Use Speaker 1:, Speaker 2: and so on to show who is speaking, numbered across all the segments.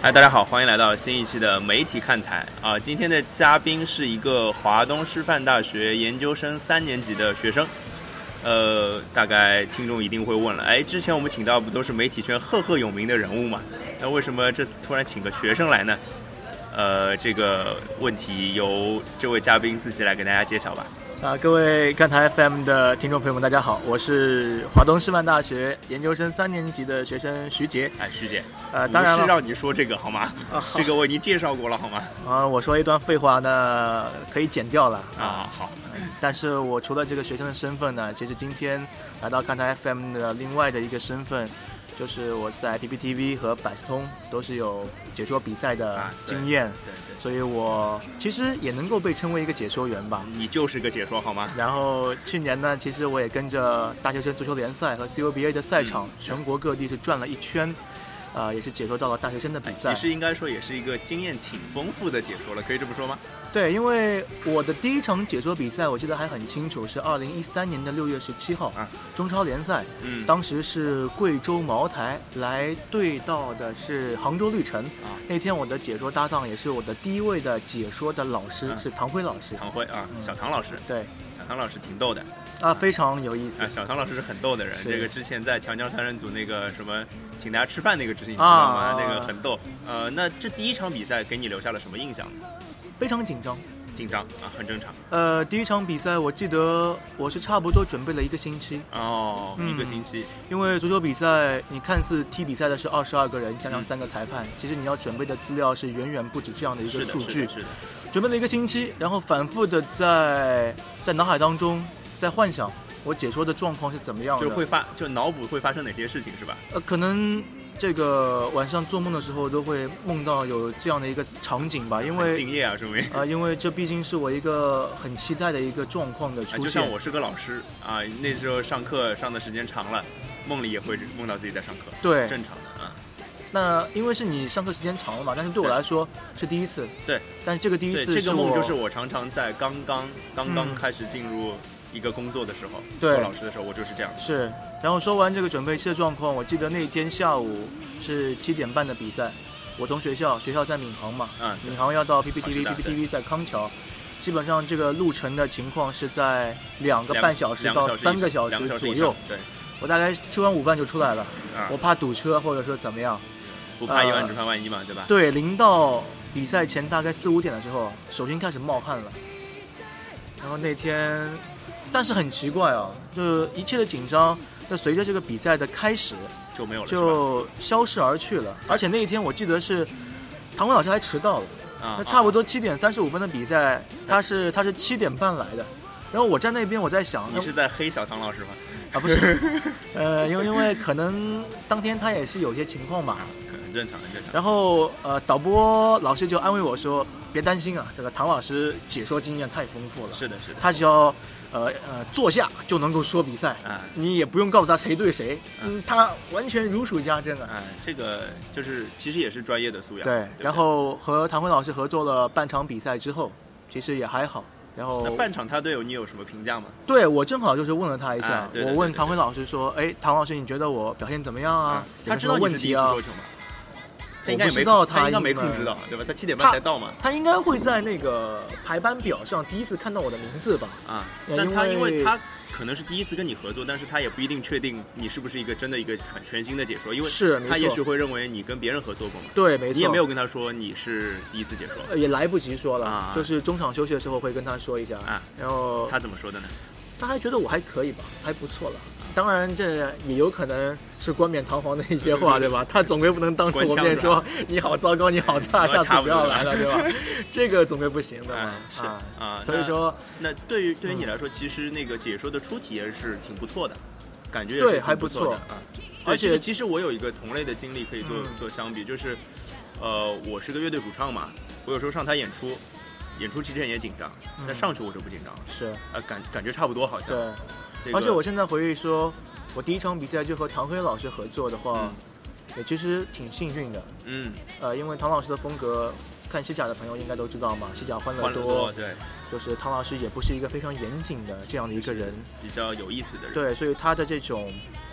Speaker 1: 嗨，大家好，欢迎来到新一期的媒体看台啊！今天的嘉宾是一个华东师范大学研究生三年级的学生。呃，大概听众一定会问了，哎，之前我们请到不都是媒体圈赫赫有名的人物嘛？那为什么这次突然请个学生来呢？呃，这个问题由这位嘉宾自己来给大家揭晓吧。
Speaker 2: 啊，各位看台 FM 的听众朋友们，大家好，我是华东师范大学研究生三年级的学生徐杰。
Speaker 1: 哎，徐姐，
Speaker 2: 呃，当然
Speaker 1: 不是
Speaker 2: 了，
Speaker 1: 让你说这个好吗？
Speaker 2: 啊好
Speaker 1: 这个我已经介绍过了好吗？
Speaker 2: 啊，我说一段废话呢，可以剪掉了啊。
Speaker 1: 啊，好，
Speaker 2: 但是我除了这个学生的身份呢，其实今天来到看台 FM 的另外的一个身份，就是我在 PPTV 和百事通都是有解说比赛的
Speaker 1: 啊对
Speaker 2: 经验，
Speaker 1: 对对。
Speaker 2: 所以我其实也能够被称为一个解说员吧。
Speaker 1: 你就是个解说好吗？
Speaker 2: 然后去年呢，其实我也跟着大学生足球联赛和 CUBA 的赛
Speaker 1: 嗯
Speaker 2: 场，全国各地是转了一圈，啊，也是解说到了大学生的比赛
Speaker 1: 哎其。实应该说也是一个经验挺丰富的解说了，可以这么说吗？
Speaker 2: 对，因为我的第一场解说比赛，我记得还很清楚，是二零一三年的六月十七号
Speaker 1: 啊，
Speaker 2: 中超联赛，
Speaker 1: 嗯，
Speaker 2: 当时是贵州茅台来对到的是杭州绿城。
Speaker 1: 啊，
Speaker 2: 那天我的解说搭档也是我的第一位的解说的老师
Speaker 1: 嗯
Speaker 2: 是唐辉老师，
Speaker 1: 唐辉啊，
Speaker 2: 嗯
Speaker 1: 小唐老师，
Speaker 2: 对，
Speaker 1: 小唐老师挺逗的
Speaker 2: 啊，非常有意思
Speaker 1: 啊，小唐老师是很逗的人。
Speaker 2: 是
Speaker 1: 这个之前在《强强三人组》那个什么请大家吃饭那个事情，你知
Speaker 2: 啊
Speaker 1: 道吗？
Speaker 2: 啊
Speaker 1: 那个很逗。呃，那这第一场比赛给你留下了什么印象呢？
Speaker 2: 非常紧张。
Speaker 1: 紧张啊，很正常。
Speaker 2: 呃，第一场比赛我记得我是差不多准备了一个星期，
Speaker 1: 哦，
Speaker 2: 嗯
Speaker 1: 一个星期，
Speaker 2: 因为足球比赛你看似踢比赛的是二十二个人加上
Speaker 1: 嗯
Speaker 2: 三个裁判，其实你要准备的资料是远远不止这样的一
Speaker 1: 是
Speaker 2: 个
Speaker 1: 的，
Speaker 2: 数
Speaker 1: 是
Speaker 2: 据
Speaker 1: 的，。是的。
Speaker 2: 准备了一个星期，然后反复的在在脑海当中在幻想我解说的状况是怎么样的，
Speaker 1: 就会发，就脑补会发生哪些事情是吧？
Speaker 2: 呃可能。这个晚上做梦的时候都会梦到有这样的一个场景吧，因
Speaker 1: 很
Speaker 2: 为
Speaker 1: 敬业啊，说明。
Speaker 2: 呃，因为这毕竟是我一个很期待的一个状况的
Speaker 1: 啊，
Speaker 2: 呃出
Speaker 1: 就
Speaker 2: 现
Speaker 1: 像。我是个老师啊，那时候上课上的时间长了，梦里也会梦到自己在上课，
Speaker 2: 对，
Speaker 1: 正常的啊。
Speaker 2: 那因为是你上课时间长了嘛，但是对我来说是第一次。
Speaker 1: 对，
Speaker 2: 但是这个第一
Speaker 1: 对，
Speaker 2: 次
Speaker 1: 这个梦
Speaker 2: 我
Speaker 1: 就是我常常在刚刚刚刚
Speaker 2: 嗯
Speaker 1: 开始进入一个工作的时候，
Speaker 2: 对
Speaker 1: 做老师的时候，我就是这样。
Speaker 2: 是。然后说完这个准备期的状况，我记得那天下午是七点半的比赛，我从学校，学校在闵行嘛，
Speaker 1: 嗯，
Speaker 2: 闵行要到
Speaker 1: 我知
Speaker 2: PPTV，PPTV
Speaker 1: 道对
Speaker 2: PPTV 在康桥。基本上这个路程的情况是在两个
Speaker 1: 两
Speaker 2: 半小时
Speaker 1: 两
Speaker 2: 到
Speaker 1: 小时以
Speaker 2: 三个小
Speaker 1: 两
Speaker 2: 时
Speaker 1: 个小时
Speaker 2: 左
Speaker 1: 以
Speaker 2: 右
Speaker 1: 上。，对，
Speaker 2: 我大概吃完午饭就出来了，
Speaker 1: 啊
Speaker 2: 我，怕堵车或者说怎么样。
Speaker 1: 不怕一万
Speaker 2: 呃
Speaker 1: 只怕万一嘛，对吧？
Speaker 2: 对，临到比赛前大概四五点的时候，手心开始冒汗了。然后那天，但是很奇怪啊，就是一切的紧张，那随着这个比赛的开始
Speaker 1: 就没有了，是
Speaker 2: 就消逝而去了。而且那一天我记得是唐文老师还迟到了，
Speaker 1: 吧啊，
Speaker 2: 那差不
Speaker 1: 多。
Speaker 2: 多七点三十五分的比赛，他是他是七点半来的。然后我在那边，我在想，
Speaker 1: 啊你是在黑小唐老师吗？
Speaker 2: 啊不是，呃，因为因为可能当天他也是有些情况嘛，
Speaker 1: 啊，很正常，很正常。
Speaker 2: 然后呃，导播老师就安慰我说：“别担心啊，这个唐老师解说经验太丰富了，
Speaker 1: 是的，是的。
Speaker 2: 他只要呃呃坐下就能够说比赛，
Speaker 1: 啊
Speaker 2: 你也不用告诉他谁对谁，
Speaker 1: 嗯
Speaker 2: 嗯，他完全如数家珍啊。
Speaker 1: 啊，这个就是其实也是专业的素养。
Speaker 2: 对，
Speaker 1: 不
Speaker 2: 然后和唐辉老师合作了半场比赛之后，其实也还好。然后
Speaker 1: 那半场他队友你有什么评价吗？
Speaker 2: 对我正好就是问了他一下，
Speaker 1: 啊对对
Speaker 2: 我
Speaker 1: 对
Speaker 2: 问
Speaker 1: 对
Speaker 2: 唐辉老师说：“哎，唐老师，你觉得我表现怎么样啊？有
Speaker 1: 他
Speaker 2: 没有
Speaker 1: 知
Speaker 2: 什么
Speaker 1: 道你
Speaker 2: 问
Speaker 1: 是第
Speaker 2: 题
Speaker 1: 一次
Speaker 2: 啊
Speaker 1: 说球吗？他应该也
Speaker 2: 我不
Speaker 1: 没
Speaker 2: 知道
Speaker 1: 空，
Speaker 2: 他
Speaker 1: 应该没空
Speaker 2: 应该
Speaker 1: 知道，对吧？他七点半才到嘛？”
Speaker 2: 他应该会在那个排班表上第一次看到我的名字吧？
Speaker 1: 啊，
Speaker 2: 呃
Speaker 1: 但他因
Speaker 2: 因为
Speaker 1: 为他可能是第一次跟你合作，但是他也不一定确定你是不是一个真的一个全全新的解说，因为
Speaker 2: 是没
Speaker 1: 他也
Speaker 2: 错
Speaker 1: 许会认为你跟别人合作过嘛，
Speaker 2: 对，没错，
Speaker 1: 你也没有跟他说你是第一次解说，
Speaker 2: 呃，也来不及说了，
Speaker 1: 啊
Speaker 2: 就是中场休息的时候会跟他说一下，
Speaker 1: 啊
Speaker 2: 然后
Speaker 1: 他怎啊么说的呢？
Speaker 2: 他还觉得我还可以吧，还不错了。当然，这也有可能是冠冕堂皇的一 些话，对吧？他总归不能当着我
Speaker 1: 官腔
Speaker 2: 面
Speaker 1: 是吧
Speaker 2: 说你好糟糕，你好 差，
Speaker 1: 嗯差
Speaker 2: 下次
Speaker 1: 不多
Speaker 2: 不要来了，对吧？这个总归不行的嘛
Speaker 1: 啊，是
Speaker 2: 啊。
Speaker 1: 啊，
Speaker 2: 所以
Speaker 1: 那
Speaker 2: 说，
Speaker 1: 那对于
Speaker 2: 嗯
Speaker 1: 对于你来说，其实那个解说的初体验是挺不错的，感觉也
Speaker 2: 对
Speaker 1: 是挺
Speaker 2: 还
Speaker 1: 不
Speaker 2: 不
Speaker 1: 错的
Speaker 2: 错
Speaker 1: 啊。
Speaker 2: 而
Speaker 1: 对这
Speaker 2: 且
Speaker 1: 个其实我有一个同类的经历可以做
Speaker 2: 嗯
Speaker 1: 做相比，就是呃，我是个乐队主唱嘛，我有时候上台演出，演出之前也紧张，但
Speaker 2: 嗯
Speaker 1: 上去我就不紧张了。
Speaker 2: 是
Speaker 1: 呃，感感觉差不多，好像。
Speaker 2: 对，
Speaker 1: 这个、
Speaker 2: 而且我现在回忆说，我第一场比赛就和唐辉老师合作的话
Speaker 1: 嗯，
Speaker 2: 也其实挺幸运的。
Speaker 1: 嗯，
Speaker 2: 呃，因为唐老师的风格，看西甲的朋友应该都知道嘛，西甲欢乐
Speaker 1: 欢乐多，对，
Speaker 2: 就是唐老师也不是一个非常严谨的这样的一个人，
Speaker 1: 比较有意思的人。
Speaker 2: 对，所以他的这种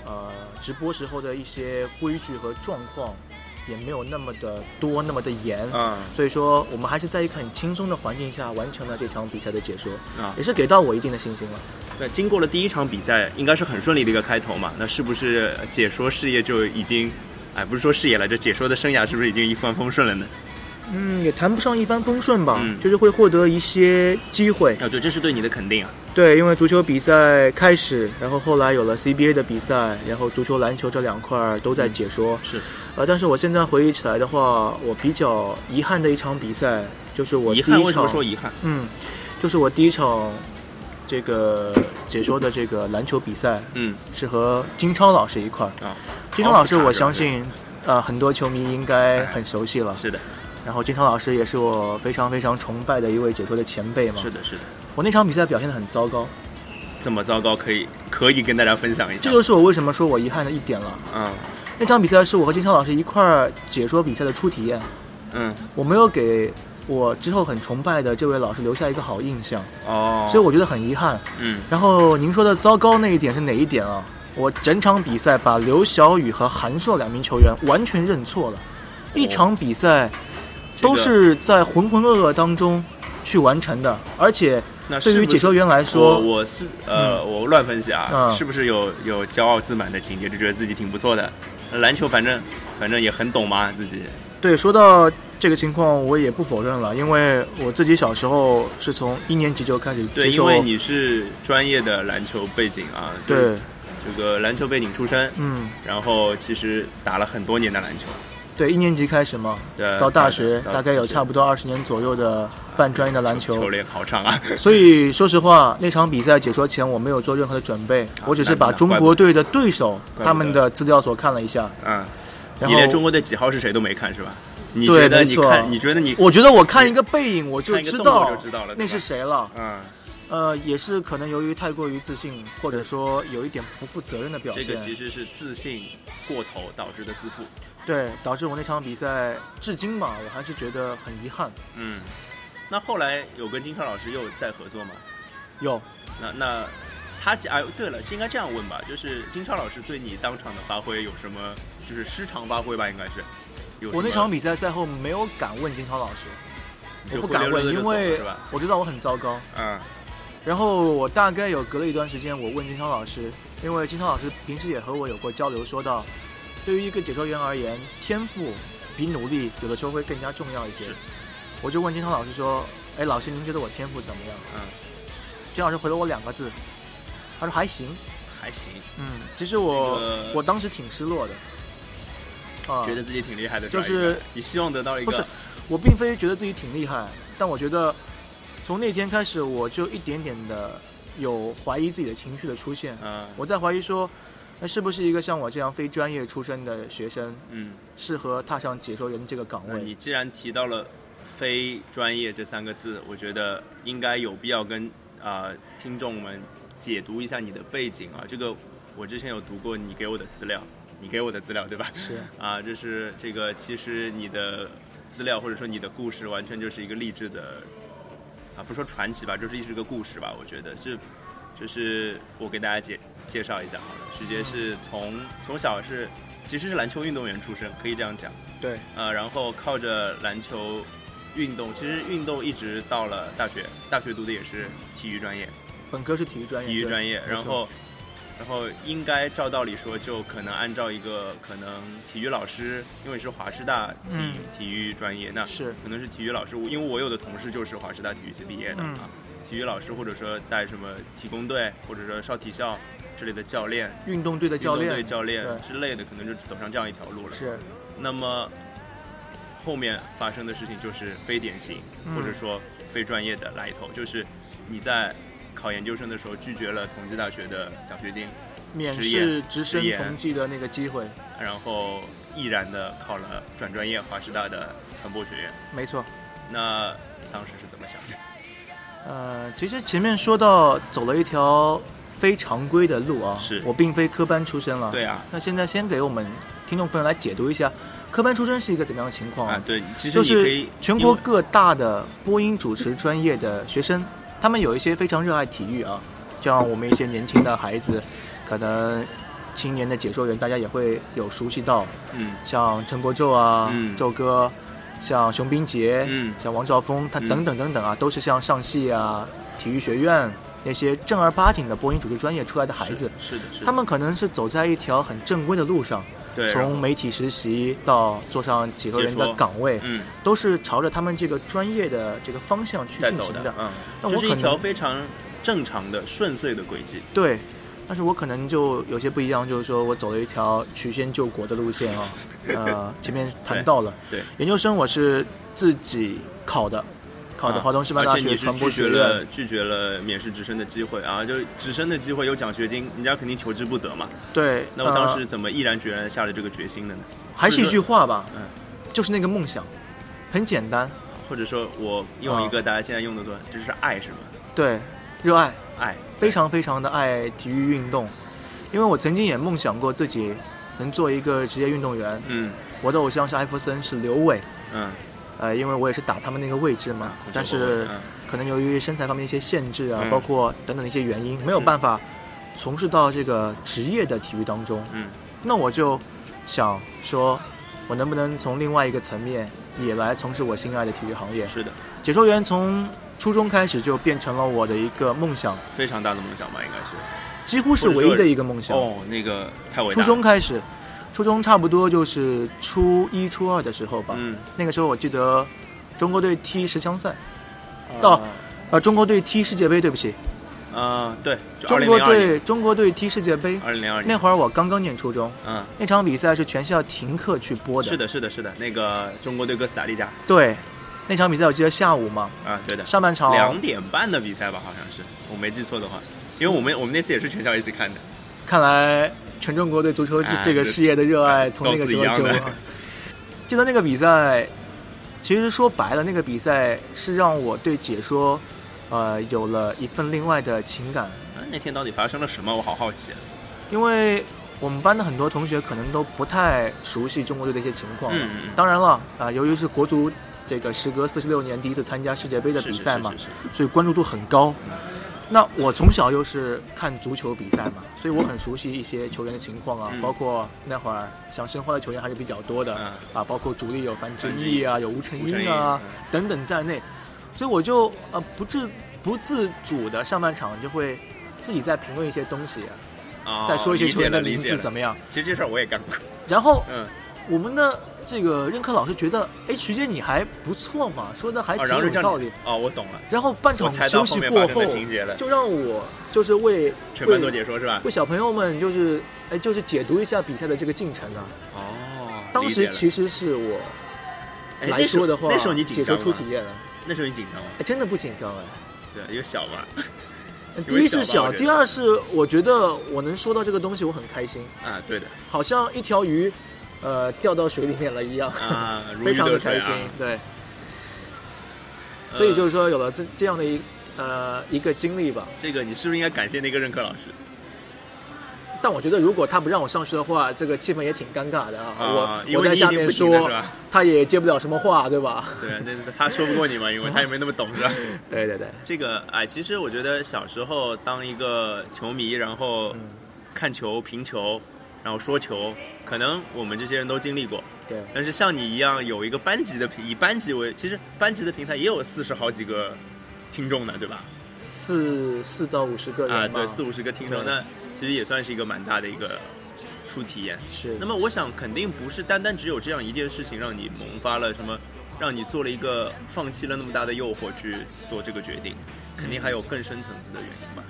Speaker 2: 呃直播时候的一些规矩和状况，也没有那么的多，那么的严。
Speaker 1: 嗯
Speaker 2: 所以说，我们还是在一个很轻松的环境下完成了这场比赛的解说，
Speaker 1: 啊
Speaker 2: 也，是给到我一定的信心了。
Speaker 1: 那经过了第一场比赛，应该是很顺利的一个开头嘛？那是不是解说事业就已经，哎，不是说事业了，这解说的生涯是不是已经一帆风顺了呢？
Speaker 2: 嗯，也谈不上一帆风顺吧，
Speaker 1: 嗯
Speaker 2: 就是会获得一些机会。
Speaker 1: 啊，对，这是对你的肯定啊。
Speaker 2: 对，因为足球比赛开始，然后后来有了 CBA 的比赛，然后足球、篮球这两块儿都在
Speaker 1: 嗯
Speaker 2: 解说。
Speaker 1: 是
Speaker 2: 呃，但是我现在回忆起来的话，我比较遗憾的一场比赛就是我第
Speaker 1: 遗憾，
Speaker 2: 一
Speaker 1: 为什么
Speaker 2: 场，
Speaker 1: 说遗憾？
Speaker 2: 嗯，就是我第一场这个解说的这个篮球比赛
Speaker 1: 嗯
Speaker 2: 是和金超老师一块儿。
Speaker 1: 啊，
Speaker 2: 金超老师，
Speaker 1: 奥斯卡
Speaker 2: 我
Speaker 1: 是吧
Speaker 2: 相信。呃，很多球迷应该很熟悉了。
Speaker 1: 是的，
Speaker 2: 然后金超老师也是我非常非常崇拜的一位解说的前辈嘛。
Speaker 1: 是的，是的。
Speaker 2: 我那场比赛表现得很糟糕，
Speaker 1: 这么糟糕，可以可以跟大家分享一下。
Speaker 2: 这就是我为什么说我遗憾的一点了。
Speaker 1: 嗯
Speaker 2: 那场比赛是我和金超老师一块儿解说比赛的初体验，
Speaker 1: 嗯
Speaker 2: 我没有给我之后很崇拜的这位老师留下一个好印象，
Speaker 1: 哦，
Speaker 2: 所以我觉得很遗憾。
Speaker 1: 嗯
Speaker 2: 然后您说的糟糕那一点是哪一点啊？我整场比赛把刘晓宇和韩硕两名球员完全认错了，
Speaker 1: 哦
Speaker 2: 一场比赛都是在浑浑噩噩当中去完成的，而且
Speaker 1: 那是
Speaker 2: 对于
Speaker 1: 不
Speaker 2: 解
Speaker 1: 是
Speaker 2: 说员来
Speaker 1: 我
Speaker 2: 说，
Speaker 1: 我啊是呃，我乱分析啊，
Speaker 2: 嗯
Speaker 1: 是不是有有骄傲自满的情节，就觉得自己挺不错的？篮球反正反正也很懂嘛，自己
Speaker 2: 对，说到这个情况，我也不否认了，因为我自己小时候是从一年级就开始
Speaker 1: 对，
Speaker 2: 接
Speaker 1: 因
Speaker 2: 受，
Speaker 1: 为你是专业的篮球背景啊，就是
Speaker 2: 对，
Speaker 1: 这个篮球背景出身，
Speaker 2: 嗯，
Speaker 1: 然后其实打了很多年的篮球，
Speaker 2: 对，一年级开始嘛，
Speaker 1: 对，
Speaker 2: 到大学
Speaker 1: 呃到
Speaker 2: 大概有差不多二十年左右的半专业的篮
Speaker 1: 球
Speaker 2: 球
Speaker 1: 球。练好长 啊，
Speaker 2: 所以说实话，那场比赛解说前我没有做任何的准备，
Speaker 1: 啊
Speaker 2: 我只是把中国队的对手
Speaker 1: 怪不得
Speaker 2: 他们的资料所看了一下，
Speaker 1: 嗯，
Speaker 2: 然
Speaker 1: 你
Speaker 2: 后
Speaker 1: 连中国队几号是谁都没看是吧？你
Speaker 2: 对
Speaker 1: 觉得
Speaker 2: 没
Speaker 1: 你
Speaker 2: 错
Speaker 1: 看，你觉得你
Speaker 2: 我觉得我看一个背影我就
Speaker 1: 看一个
Speaker 2: 知
Speaker 1: 动作
Speaker 2: 道
Speaker 1: 就知道了，
Speaker 2: 那
Speaker 1: 对
Speaker 2: 是
Speaker 1: 吧
Speaker 2: 谁了。
Speaker 1: 嗯，
Speaker 2: 呃，也是可能由于太过于自信，或者说有一点不负责任的表
Speaker 1: 这
Speaker 2: 现，
Speaker 1: 个其实是自信过头导致的自负。
Speaker 2: 对，导致我那场比赛至今嘛，我还是觉得很遗憾。
Speaker 1: 嗯，那后来有跟金川老师又再合作吗？
Speaker 2: 有，
Speaker 1: 那那他哎，对了，应该这样问吧，就是金超老师对你当场的发挥有什么，就是失常发挥吧，应该是。有什么
Speaker 2: 我那场比赛赛后没有敢问金涛老师，
Speaker 1: 你
Speaker 2: 我
Speaker 1: 就
Speaker 2: 不
Speaker 1: 灰溜
Speaker 2: 敢问，
Speaker 1: 溜地就
Speaker 2: 因
Speaker 1: 走了
Speaker 2: 为
Speaker 1: 是吧？
Speaker 2: 我知道我很糟糕。
Speaker 1: 嗯
Speaker 2: 然后我大概有隔了一段时间，我问金涛老师，因为金涛老师平时也和我有过交流，说到，对于一个解说员而言，天赋比努力有的时候会更加重要一些
Speaker 1: 是。
Speaker 2: 我就问金涛老师说，哎，老师您觉得我天赋怎么样？
Speaker 1: 嗯，
Speaker 2: 金老师回了我两个字，他说还行。
Speaker 1: 还行，
Speaker 2: 嗯，其实我、
Speaker 1: 这个
Speaker 2: 我当时挺失落的，啊，
Speaker 1: 觉得自己挺厉害的吧，
Speaker 2: 就是
Speaker 1: 应该你希望得到一
Speaker 2: 不是
Speaker 1: 个，
Speaker 2: 我并非觉得自己挺厉害，但我觉得从那天开始，我就一点点的有怀疑自己的情绪的出现，
Speaker 1: 嗯
Speaker 2: 我在怀疑说，那是不是一个像我这样非专业出身的学生
Speaker 1: 嗯。
Speaker 2: 适合踏上解说员这个岗
Speaker 1: 那
Speaker 2: 位？
Speaker 1: 你既然提到了“非专业”这三个字，我觉得应该有必要跟啊、呃听众们解读一下你的背景啊。这个我之前有读过你给我的资料，你给我的资料对吧？
Speaker 2: 是
Speaker 1: 啊，就是这个，其实你的资料或者说你的故事，完全就是一个励志的啊，不说传奇吧，就是励志个故事吧。我觉得是，就是我给大家介介绍一下好了。徐杰是从从小是其实是篮球运动员出身，可以这样讲。
Speaker 2: 对，
Speaker 1: 呃，然后靠着篮球运动，其实运动一直到了大学，大学读的也是体育专业，
Speaker 2: 本科是体育专业，
Speaker 1: 体育专业，
Speaker 2: 哎对
Speaker 1: 然后。然后应该照道理说，就可能按照一个可能体育老师，因为是华师大体、
Speaker 2: 嗯
Speaker 1: 体育专业，那
Speaker 2: 没错是
Speaker 1: 可能是体育老师，我因为我有的同事就是华师大体育系毕业的、
Speaker 2: 嗯
Speaker 1: 啊，体育老师或者说带什么体工队或者说少体校之类的教练、
Speaker 2: 运动队的教
Speaker 1: 运动
Speaker 2: 练
Speaker 1: 队教练
Speaker 2: 对
Speaker 1: 之类的，可能就走上这样一条路了。
Speaker 2: 是
Speaker 1: 那么后面发生的事情就是非典型，
Speaker 2: 嗯
Speaker 1: 或者说非专业的来头，就是你在考研究生的时候拒绝了同济大学的奖学金，
Speaker 2: 免
Speaker 1: 职业
Speaker 2: 试直升
Speaker 1: 职业
Speaker 2: 同济的那个机会，
Speaker 1: 然后毅然的考了转专业华师大的传播学院。
Speaker 2: 没错。
Speaker 1: 那当时是怎么想的？
Speaker 2: 呃，其实前面说到走了一条非常规的路啊，
Speaker 1: 是
Speaker 2: 我并非科班出身了。
Speaker 1: 对啊，
Speaker 2: 那现在先给我们听众朋友来解读一下，科班出身是一个怎么样的情况
Speaker 1: 啊，对，其实
Speaker 2: 哦就
Speaker 1: 你可
Speaker 2: 是
Speaker 1: 以
Speaker 2: 全国各大的播音主持专业的学生，他们有一些非常热爱体育啊，像我们一些年轻的孩子，可能青年的解说员，大家也会有熟悉到，
Speaker 1: 嗯
Speaker 2: 像陈伯宙啊、
Speaker 1: 嗯
Speaker 2: 宙哥，像熊斌杰、
Speaker 1: 嗯
Speaker 2: 像王兆峰，他
Speaker 1: 嗯
Speaker 2: 等等等等啊，都是像上戏啊、体育学院那些正儿八经的播音主持专业出来的孩子，
Speaker 1: 嗯是的，是的，
Speaker 2: 他们可能是走在一条很正规的路上，
Speaker 1: 对，然后
Speaker 2: 从媒体实习到做上解说员
Speaker 1: 解
Speaker 2: 的
Speaker 1: 说
Speaker 2: 岗位，
Speaker 1: 嗯
Speaker 2: 都是朝着他们这个专业的这个方向去
Speaker 1: 在
Speaker 2: 进
Speaker 1: 走
Speaker 2: 行
Speaker 1: 的
Speaker 2: 的。，
Speaker 1: 嗯，
Speaker 2: 但
Speaker 1: 这
Speaker 2: 我
Speaker 1: 是
Speaker 2: 可
Speaker 1: 一条
Speaker 2: 能
Speaker 1: 非常正常的顺遂的轨迹。
Speaker 2: 对，但是我可能就有些不一样，就是说我走了一条曲线救国的路线 啊、呃，前面谈到了，
Speaker 1: 对对
Speaker 2: 研究生我是自己考的，考的
Speaker 1: 啊
Speaker 2: 华东师范大
Speaker 1: 而且
Speaker 2: 学
Speaker 1: 你是
Speaker 2: 传播
Speaker 1: 拒
Speaker 2: 学
Speaker 1: 绝
Speaker 2: 院。
Speaker 1: 了拒绝了免试直升的机会啊，就直升的机会有奖学金，人家肯定求之不得嘛。
Speaker 2: 对，
Speaker 1: 那我当
Speaker 2: 呃
Speaker 1: 时怎么毅然决然地下了这个决心的呢？
Speaker 2: 还是一
Speaker 1: 就是
Speaker 2: 句话吧，
Speaker 1: 嗯
Speaker 2: 就是那个梦想，很简单，
Speaker 1: 或者说我用
Speaker 2: 啊
Speaker 1: 一个大家现在用的说，这是爱是吗？
Speaker 2: 对，热爱，
Speaker 1: 爱，
Speaker 2: 非常非常的爱体育运动，因为我曾经也梦想过自己能做一个职业运动员，
Speaker 1: 嗯
Speaker 2: 我的偶像是艾弗森，是刘伟，
Speaker 1: 嗯，
Speaker 2: 呃，因为我也是打他们那个位置嘛，但是
Speaker 1: 嗯
Speaker 2: 可能由于身材方面的一些限制啊，
Speaker 1: 嗯
Speaker 2: 包括等等的一些原因，没有
Speaker 1: 是
Speaker 2: 办法从事到这个职业的体育当中。
Speaker 1: 嗯，
Speaker 2: 那我就想说，我能不能从另外一个层面也来从事我心爱的体育行业？
Speaker 1: 嗯是的，
Speaker 2: 解说员从初中开始就变成了我的一个梦想，
Speaker 1: 非常大的梦想吧，应该是。
Speaker 2: 几乎是
Speaker 1: 或者
Speaker 2: 唯
Speaker 1: 说
Speaker 2: 一的一个梦想。
Speaker 1: 哦，那个太伟大
Speaker 2: 初
Speaker 1: 了。
Speaker 2: 中开始，初中差不多就是初一、初二的时候吧。
Speaker 1: 嗯，
Speaker 2: 那个时候我记得中国队踢十强赛，哦呃，中国队踢世界杯，对不起，
Speaker 1: 啊，啊对，就
Speaker 2: 中
Speaker 1: 2002
Speaker 2: 国
Speaker 1: 年，
Speaker 2: 队中国队踢世界杯。
Speaker 1: 二零零二
Speaker 2: 那
Speaker 1: 年，
Speaker 2: 会儿我刚刚念初中，
Speaker 1: 嗯，
Speaker 2: 那场比赛是全校停课去播的。
Speaker 1: 是，的，是的，是的，那个中国对哥斯达黎加
Speaker 2: 对，那场比赛我记得下午嘛，
Speaker 1: 啊，对的，
Speaker 2: 上半场
Speaker 1: 两点半的比赛吧，好像是，我没记错的话，因为我们我们那次也是全校一起看的，
Speaker 2: 看来全中国对足球这
Speaker 1: 哎
Speaker 2: 这个
Speaker 1: 这
Speaker 2: 事业的热爱从那个
Speaker 1: 都是
Speaker 2: 时候
Speaker 1: 一样
Speaker 2: 就
Speaker 1: 的。
Speaker 2: 记得那个比赛，其实说白了，那个比赛是让我对解说，呃，有了一份另外的情感，
Speaker 1: 啊那天到底发生了什么？我好好奇。啊
Speaker 2: 因为我们班的很多同学可能都不太熟悉中国队的一些情况。
Speaker 1: 嗯嗯
Speaker 2: 哦当然了，啊、由于是国足这个时隔四十六年第一次参加世界杯
Speaker 1: 嗯，
Speaker 2: 的
Speaker 1: 是
Speaker 2: 比
Speaker 1: 是
Speaker 2: 赛嘛
Speaker 1: 是，是是
Speaker 2: 所以关注度很高。那我从小又是看足球比赛嘛，所以我很熟悉一些球员的情况啊，
Speaker 1: 嗯
Speaker 2: 包括那会儿想申花的球员还是比较多的、
Speaker 1: 嗯
Speaker 2: 啊，包括主力有樊振
Speaker 1: 樊振
Speaker 2: 毅啊，有吴成
Speaker 1: 吴承
Speaker 2: 英
Speaker 1: 恩
Speaker 2: 啊
Speaker 1: 嗯
Speaker 2: 等等在内，所以我就呃不自不自主的上半场就会自己在评论一些东西、
Speaker 1: 啊，
Speaker 2: 再说一些
Speaker 1: 理
Speaker 2: 球
Speaker 1: 解
Speaker 2: 员的
Speaker 1: 了，
Speaker 2: 名
Speaker 1: 理解
Speaker 2: 字
Speaker 1: 了。
Speaker 2: 怎么哎样，
Speaker 1: 其实这事儿我也干 过，
Speaker 2: 然后
Speaker 1: 嗯，
Speaker 2: 我们的这个任课老师觉得，哎，徐姐你还不错嘛，说的还
Speaker 1: 啊，
Speaker 2: 挺
Speaker 1: 然后就
Speaker 2: 有
Speaker 1: 这
Speaker 2: 道
Speaker 1: 样
Speaker 2: 理。，
Speaker 1: 哦，我懂了，
Speaker 2: 然后半
Speaker 1: 我
Speaker 2: 场
Speaker 1: 猜到
Speaker 2: 休
Speaker 1: 后
Speaker 2: 息
Speaker 1: 面
Speaker 2: 过
Speaker 1: 发生
Speaker 2: 后
Speaker 1: 的，情节了，
Speaker 2: 就让我就是为
Speaker 1: 全班做
Speaker 2: 为
Speaker 1: 解说是吧？
Speaker 2: 为小朋友们就是哎就是解读一下比赛的这个进程啊。
Speaker 1: 哦，
Speaker 2: 当时
Speaker 1: 实
Speaker 2: 其实是我来说的话，
Speaker 1: 哎那时候你紧
Speaker 2: 解
Speaker 1: 张
Speaker 2: 说
Speaker 1: 吗
Speaker 2: 出体验了，
Speaker 1: 那时候你紧张吗？
Speaker 2: 哎，真的不紧张哎。
Speaker 1: 对，有小嘛，
Speaker 2: 第一是
Speaker 1: 小吧我
Speaker 2: 小，
Speaker 1: 觉得
Speaker 2: 第二是我觉得我能说到这个东西，我很开心，
Speaker 1: 啊，对的
Speaker 2: 好像一条鱼，呃，掉到水里面了一样。
Speaker 1: 啊，如
Speaker 2: 非
Speaker 1: 鱼
Speaker 2: 常
Speaker 1: 得
Speaker 2: 的
Speaker 1: 水
Speaker 2: 开心
Speaker 1: 啊。，
Speaker 2: 对，
Speaker 1: 呃
Speaker 2: 所以就是说有了这这样的一呃一个经历吧。
Speaker 1: 这个，你是不是应该感谢那个任课老师？
Speaker 2: 但我觉得如果他不让我上去的话，这个气氛也挺尴尬的啊。
Speaker 1: 啊，因
Speaker 2: 我我
Speaker 1: 为
Speaker 2: 在
Speaker 1: 你已
Speaker 2: 下
Speaker 1: 经
Speaker 2: 面
Speaker 1: 不行了
Speaker 2: 说
Speaker 1: 是，吧？
Speaker 2: 他也接不了什么话，对吧？
Speaker 1: 对，那 那他说不过你嘛，因为他也没那么懂是吧？
Speaker 2: 对对对，
Speaker 1: 这个哎，其实我觉得小时候当一个球迷，然后
Speaker 2: 嗯，
Speaker 1: 看球、评球，然后说球，可能我们这些人都经历过。
Speaker 2: 对，
Speaker 1: 但是像你一样有一个班级的平，以班级为，其实班级的平台也有四十好几个听众呢，对吧？
Speaker 2: 四四到五十个人
Speaker 1: 啊，
Speaker 2: 嘛
Speaker 1: 对，四五十个听众，
Speaker 2: 对
Speaker 1: 那其实也算是一个蛮大的一个初体验。
Speaker 2: 是
Speaker 1: 那么我想，肯定不是单单只有这样一件事情让你萌发了什么，让你做了一个放弃了那么大的诱惑去做这个决定，肯定还有更深层次的原因吧。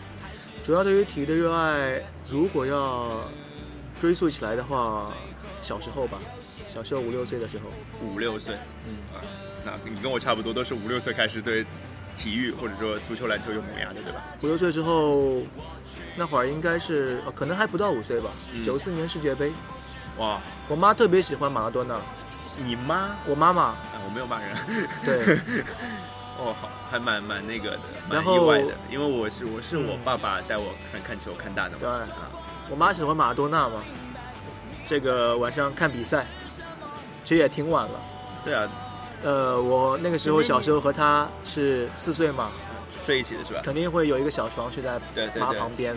Speaker 2: 主要对于体育的热爱，如果要追溯起来的话，小时候吧，小时候五六岁的时候，
Speaker 1: 五六岁，
Speaker 2: 嗯，
Speaker 1: 啊，那你跟我差不多，都是五六岁开始对体育或者说足球、篮球有萌芽的，对吧？
Speaker 2: 五六岁之后，那会儿应该是、呃可能还不到五岁吧
Speaker 1: 嗯，
Speaker 2: 九四、年世界杯，
Speaker 1: 哇，
Speaker 2: 我妈特别喜欢马拉多纳，
Speaker 1: 你妈？
Speaker 2: 我妈妈
Speaker 1: 啊，我没有骂人。
Speaker 2: 对，
Speaker 1: 哦，好，还蛮蛮那个的，蛮
Speaker 2: 然
Speaker 1: 意
Speaker 2: 后
Speaker 1: 外的，因为我是我是我
Speaker 2: 嗯
Speaker 1: 爸爸带我看看球看大的嘛，
Speaker 2: 对
Speaker 1: 啊，
Speaker 2: 我妈喜欢马拉多纳嘛。这个晚上看比赛，其实也挺晚了。
Speaker 1: 对啊，
Speaker 2: 呃，我那个时候小时候和她是四岁嘛，
Speaker 1: 睡一起的是吧？
Speaker 2: 肯定会有一个小床睡在
Speaker 1: 对对
Speaker 2: 妈
Speaker 1: 对，
Speaker 2: 旁边，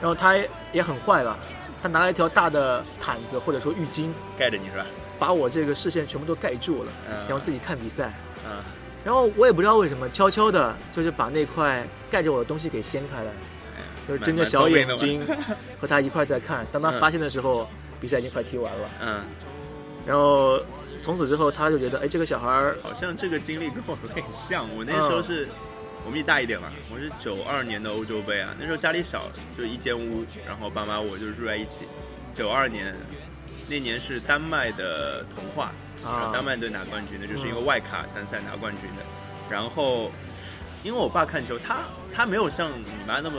Speaker 2: 然后她也很坏了，他拿了一条大的毯子或者说浴巾，
Speaker 1: 盖着你是吧？
Speaker 2: 把我这个视线全部都盖住了，
Speaker 1: 嗯，
Speaker 2: 然后自己看比赛。
Speaker 1: 嗯，
Speaker 2: 然后我也不知道为什么，悄悄的，就是把那块盖着我的东西给掀开了，
Speaker 1: 哎
Speaker 2: 就是睁着小眼睛和他一块在 看。当他
Speaker 1: 嗯
Speaker 2: 发现的时候，比赛已经快踢完了。
Speaker 1: 嗯，
Speaker 2: 然后从此之后，他就觉得，哎，这个小孩儿
Speaker 1: 好像这个经历跟我有点像。我那
Speaker 2: 嗯
Speaker 1: 时候是，我们也大一点嘛，我是九二年的欧洲杯啊，那时候家里小，就一间屋，然后爸妈我就住在一起。九二年，那年是丹麦的童话，然
Speaker 2: 啊
Speaker 1: 后，丹麦队拿冠军的，就是因为外卡参赛拿冠军的。然后，因为我爸看球，他他没有像你妈那么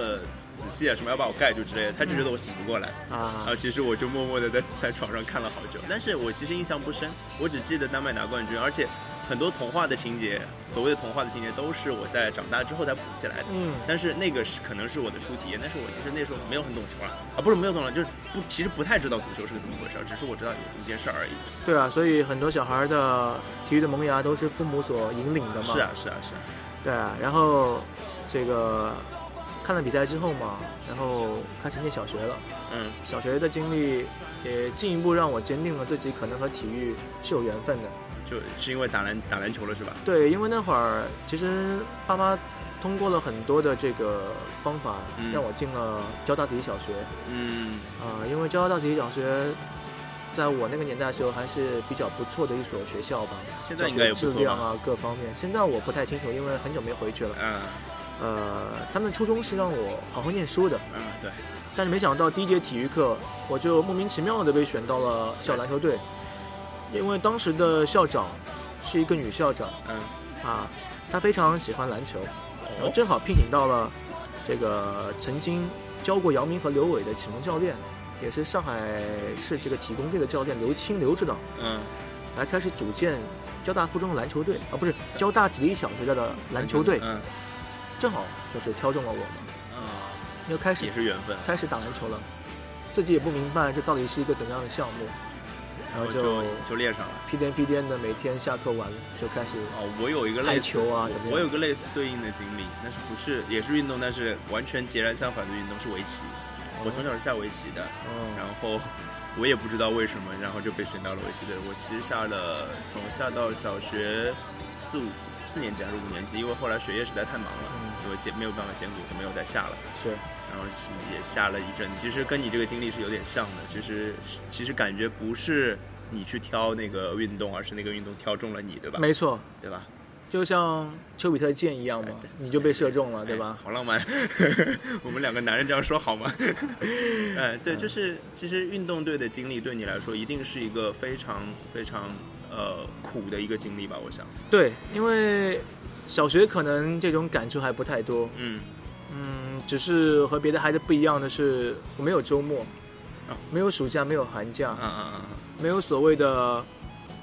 Speaker 1: 仔细啊，什么要把我盖住之类的，他就觉得
Speaker 2: 嗯
Speaker 1: 我醒不过来。然
Speaker 2: 啊
Speaker 1: 后其实我就默默的在在床上看了好久，但是我其实印象不深，我只记得丹麦拿冠军，而且很多童话的情节，所谓的童话的情节都是我在长大之后才补起来的。
Speaker 2: 嗯
Speaker 1: 但是那个是可能是我的初体验，但是我就是那时候没有很懂球了啊，不是没有懂了，就是不其实不太知道足球是个怎么回事儿，只是我知道有一件事儿而已。
Speaker 2: 对啊，所以很多小孩儿的体育的萌芽都是父母所引领的嘛。
Speaker 1: 是啊，是啊，是啊。
Speaker 2: 对啊，然后这个看了比赛之后嘛，然后开始念小学了。
Speaker 1: 嗯
Speaker 2: 小学的经历也进一步让我坚定了自己可能和体育是有缘分的。，
Speaker 1: 就是因啊为打篮打篮球了是吧？
Speaker 2: 对，因为那会儿其实爸妈通过了很多的这个方法，
Speaker 1: 嗯
Speaker 2: 让我进了交大体育小学。
Speaker 1: 嗯
Speaker 2: 啊、因为交大体育小学。在我那个年代的时候，还是比较不错的一所学校吧，
Speaker 1: 现在应该也
Speaker 2: 教学
Speaker 1: 不
Speaker 2: 质
Speaker 1: 错
Speaker 2: 量
Speaker 1: 吧？
Speaker 2: 啊各方面。现在我不太清楚，因为很久没回去了。
Speaker 1: 嗯
Speaker 2: 呃，他们的初衷是让我好好念书的，
Speaker 1: 嗯，对，
Speaker 2: 但是没想到第一节体育课，我就莫名其妙的被选到了校篮球队，因为当时的校长是一个女校长
Speaker 1: 嗯
Speaker 2: 啊，她非常喜欢篮球，然后
Speaker 1: 哦，
Speaker 2: 正好聘请到了这个曾经教过姚明和刘伟的启蒙教练，也是上海市这个体工队的教练刘清刘指导，
Speaker 1: 嗯
Speaker 2: 来开始组建交大附中的篮球队啊，不是交大子弟小学的篮球队，
Speaker 1: 嗯
Speaker 2: 正好就是挑中了我嘛，
Speaker 1: 嗯，
Speaker 2: 因为开始
Speaker 1: 也是缘分，
Speaker 2: 开始打篮球了，自己也不明白这到底是一个怎样的项目，
Speaker 1: 然
Speaker 2: 然后
Speaker 1: 后
Speaker 2: 就
Speaker 1: 就就练上了。
Speaker 2: 屁颠屁颠的每天下课完就开始
Speaker 1: 哦，我有一个类
Speaker 2: 排
Speaker 1: 似，
Speaker 2: 球啊，怎么
Speaker 1: 我
Speaker 2: 样？
Speaker 1: 有个类似对应的经历，但是不是也是运动，但是完全截然相反的运动是围棋。我从小是下围棋的，
Speaker 2: 哦，
Speaker 1: 然后我也不知道为什么，然后就被选到了围棋队。我其实下了从下到小学四五四年级还是五年级，因为后来学业实在太忙了，
Speaker 2: 嗯，
Speaker 1: 我兼没有办法兼顾，就没有再下了。
Speaker 2: 是，
Speaker 1: 然后是也下了一阵，其实跟你这个经历是有点像的，其实其实感觉不是你去挑那个运动，而是那个运动挑中了你，对吧？
Speaker 2: 没错，
Speaker 1: 对吧？
Speaker 2: 就像丘比特箭一样嘛
Speaker 1: 哎对，
Speaker 2: 你就被射中了，对
Speaker 1: 哎
Speaker 2: 吧？
Speaker 1: 好浪漫， 我们两个男人这样说好吗？ 呃，对，就是其实运动队的经历对你来说一定是一个非常非常呃苦的一个经历吧，我想。
Speaker 2: 对，因为小学可能这种感触还不太多，
Speaker 1: 嗯，
Speaker 2: 嗯，只是和别的孩子不一样的是，我没有周末
Speaker 1: 哦，
Speaker 2: 没有暑假，没有寒假
Speaker 1: 啊，啊啊！
Speaker 2: 没有所谓的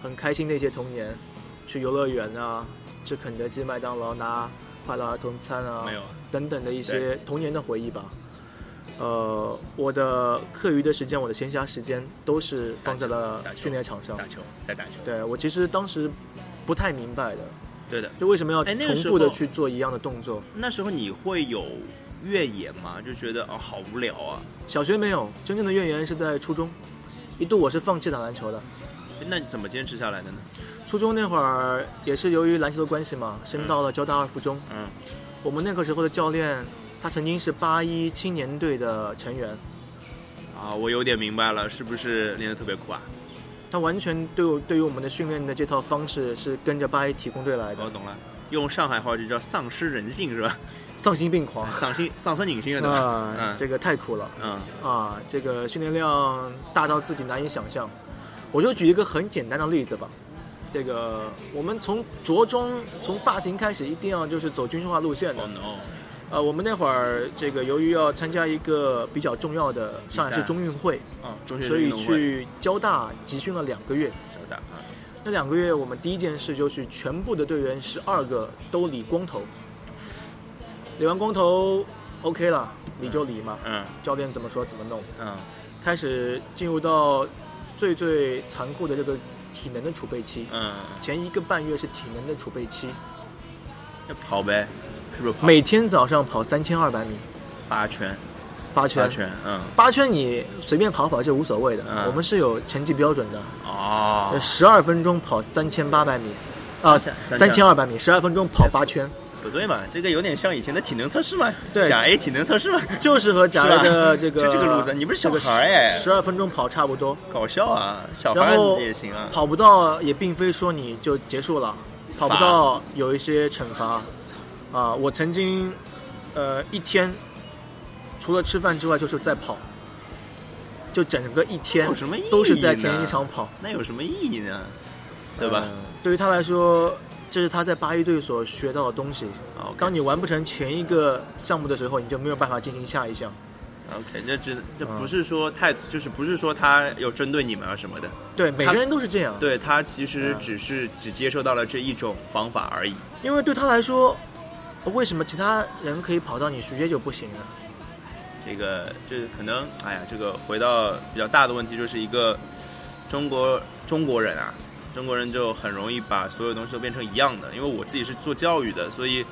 Speaker 2: 很开心的一些童年，去游乐园啊，吃肯德基、麦当劳拿快乐儿童餐
Speaker 1: 啊
Speaker 2: 啊
Speaker 1: 没，有，
Speaker 2: 等等的一些童年的回忆吧。呃，我的课余的时间，我的闲暇时间都是放在了
Speaker 1: 打球
Speaker 2: 训练场上
Speaker 1: 打。球，在打球。
Speaker 2: 对我其实当时不太明白的，
Speaker 1: 对的，
Speaker 2: 就为什么要
Speaker 1: 哎那个
Speaker 2: 重
Speaker 1: 时
Speaker 2: 复的
Speaker 1: 候
Speaker 2: 去做一样的动作。
Speaker 1: 那时候你会有越野吗？就觉得啊、好无聊啊。
Speaker 2: 小学没有真正的怨言是在初中，一度我是放弃打篮球的。
Speaker 1: 那你怎么坚持下来的呢？
Speaker 2: 初中那会儿也是由于篮球的关系嘛，升到了交大二附中。
Speaker 1: 嗯
Speaker 2: 我们那个时候的教练，他曾经是八一青年队的成员，
Speaker 1: 啊，我有点明白了，是不是练得特别苦啊？
Speaker 2: 他完全对我对于我们的训练的这套方式是跟着八一体工队来
Speaker 1: 我
Speaker 2: 的，
Speaker 1: 懂了，用上海话就叫丧失人性是吧？
Speaker 2: 丧心病狂
Speaker 1: 丧心丧森隐性了对吧？
Speaker 2: 啊，
Speaker 1: 嗯
Speaker 2: 这个太苦了
Speaker 1: 嗯
Speaker 2: 啊，这个训练量大到自己难以想象。我就举一个很简单的例子吧，这个我们从着装、从发型开始，一定要就是走军事化路线的
Speaker 1: ，Oh。no，
Speaker 2: 呃，我们那会儿这个由于要参加一个比较重要的上海市中运会，
Speaker 1: 嗯，中学
Speaker 2: 所
Speaker 1: 生运
Speaker 2: 以
Speaker 1: 动会
Speaker 2: 去交大集训了两个月。
Speaker 1: 交大，嗯
Speaker 2: 那两个月，我们第一件事就是全部的队员十二个都理光头，理完光头 OK 了，理就理嘛，
Speaker 1: 嗯
Speaker 2: 教练怎么说怎么弄。
Speaker 1: 嗯
Speaker 2: 开始进入到最最残酷的这个体能的储备期，
Speaker 1: 嗯，
Speaker 2: 前一个半月是体能的储备期，
Speaker 1: 那跑呗，是不是跑
Speaker 2: 每天早上跑三千二百米，
Speaker 1: 八圈？
Speaker 2: 八圈，
Speaker 1: 八圈，嗯，
Speaker 2: 八圈你随便跑跑就无所谓的，
Speaker 1: 嗯
Speaker 2: 我们是有成绩标准的，
Speaker 1: 哦，
Speaker 2: 十二分钟跑三千八百米，
Speaker 1: 3200
Speaker 2: 啊、三千二百米，十二分钟跑八圈，
Speaker 1: 不对嘛，这个有点像以前的体能测试嘛，
Speaker 2: 对
Speaker 1: 甲 A 体能测试嘛，
Speaker 2: 就是和贾
Speaker 1: 是吧
Speaker 2: 瑞 的这个
Speaker 1: 就这个路子你不是小孩哎
Speaker 2: 十二分钟跑差不多，
Speaker 1: 搞笑啊，小孩
Speaker 2: 然后
Speaker 1: 儿也行啊，
Speaker 2: 跑不到也并非说你就结束了，跑不
Speaker 1: 罚
Speaker 2: 到有一些惩罚，啊，我曾经，呃，一天除了吃饭之外就是在跑，就整个一天
Speaker 1: 有哦什么意义呢
Speaker 2: 都是在田径场跑，
Speaker 1: 那有什么意义呢？对吧？
Speaker 2: 嗯对于他来说，这是他在八一队所学到的东西。
Speaker 1: o k
Speaker 2: 当你完不成前一个项目的时候，你就没有办法进行下一项。
Speaker 1: OK，这只这
Speaker 2: 嗯
Speaker 1: 不是说太，就是不是说他有针对你们啊什么的，
Speaker 2: 对，每个人都是这样。，
Speaker 1: 对他其实
Speaker 2: 嗯
Speaker 1: 只是只接受到了这一种方法而已。
Speaker 2: 因为对他来说，呃为什么其他人可以跑到你直接就不行呢？
Speaker 1: 这个这可能，哎呀，这个回到比较大的问题，就是一个中国中国人啊，中国人就很容易把所有东西都变成一样的。因为我自己是做教育的，所以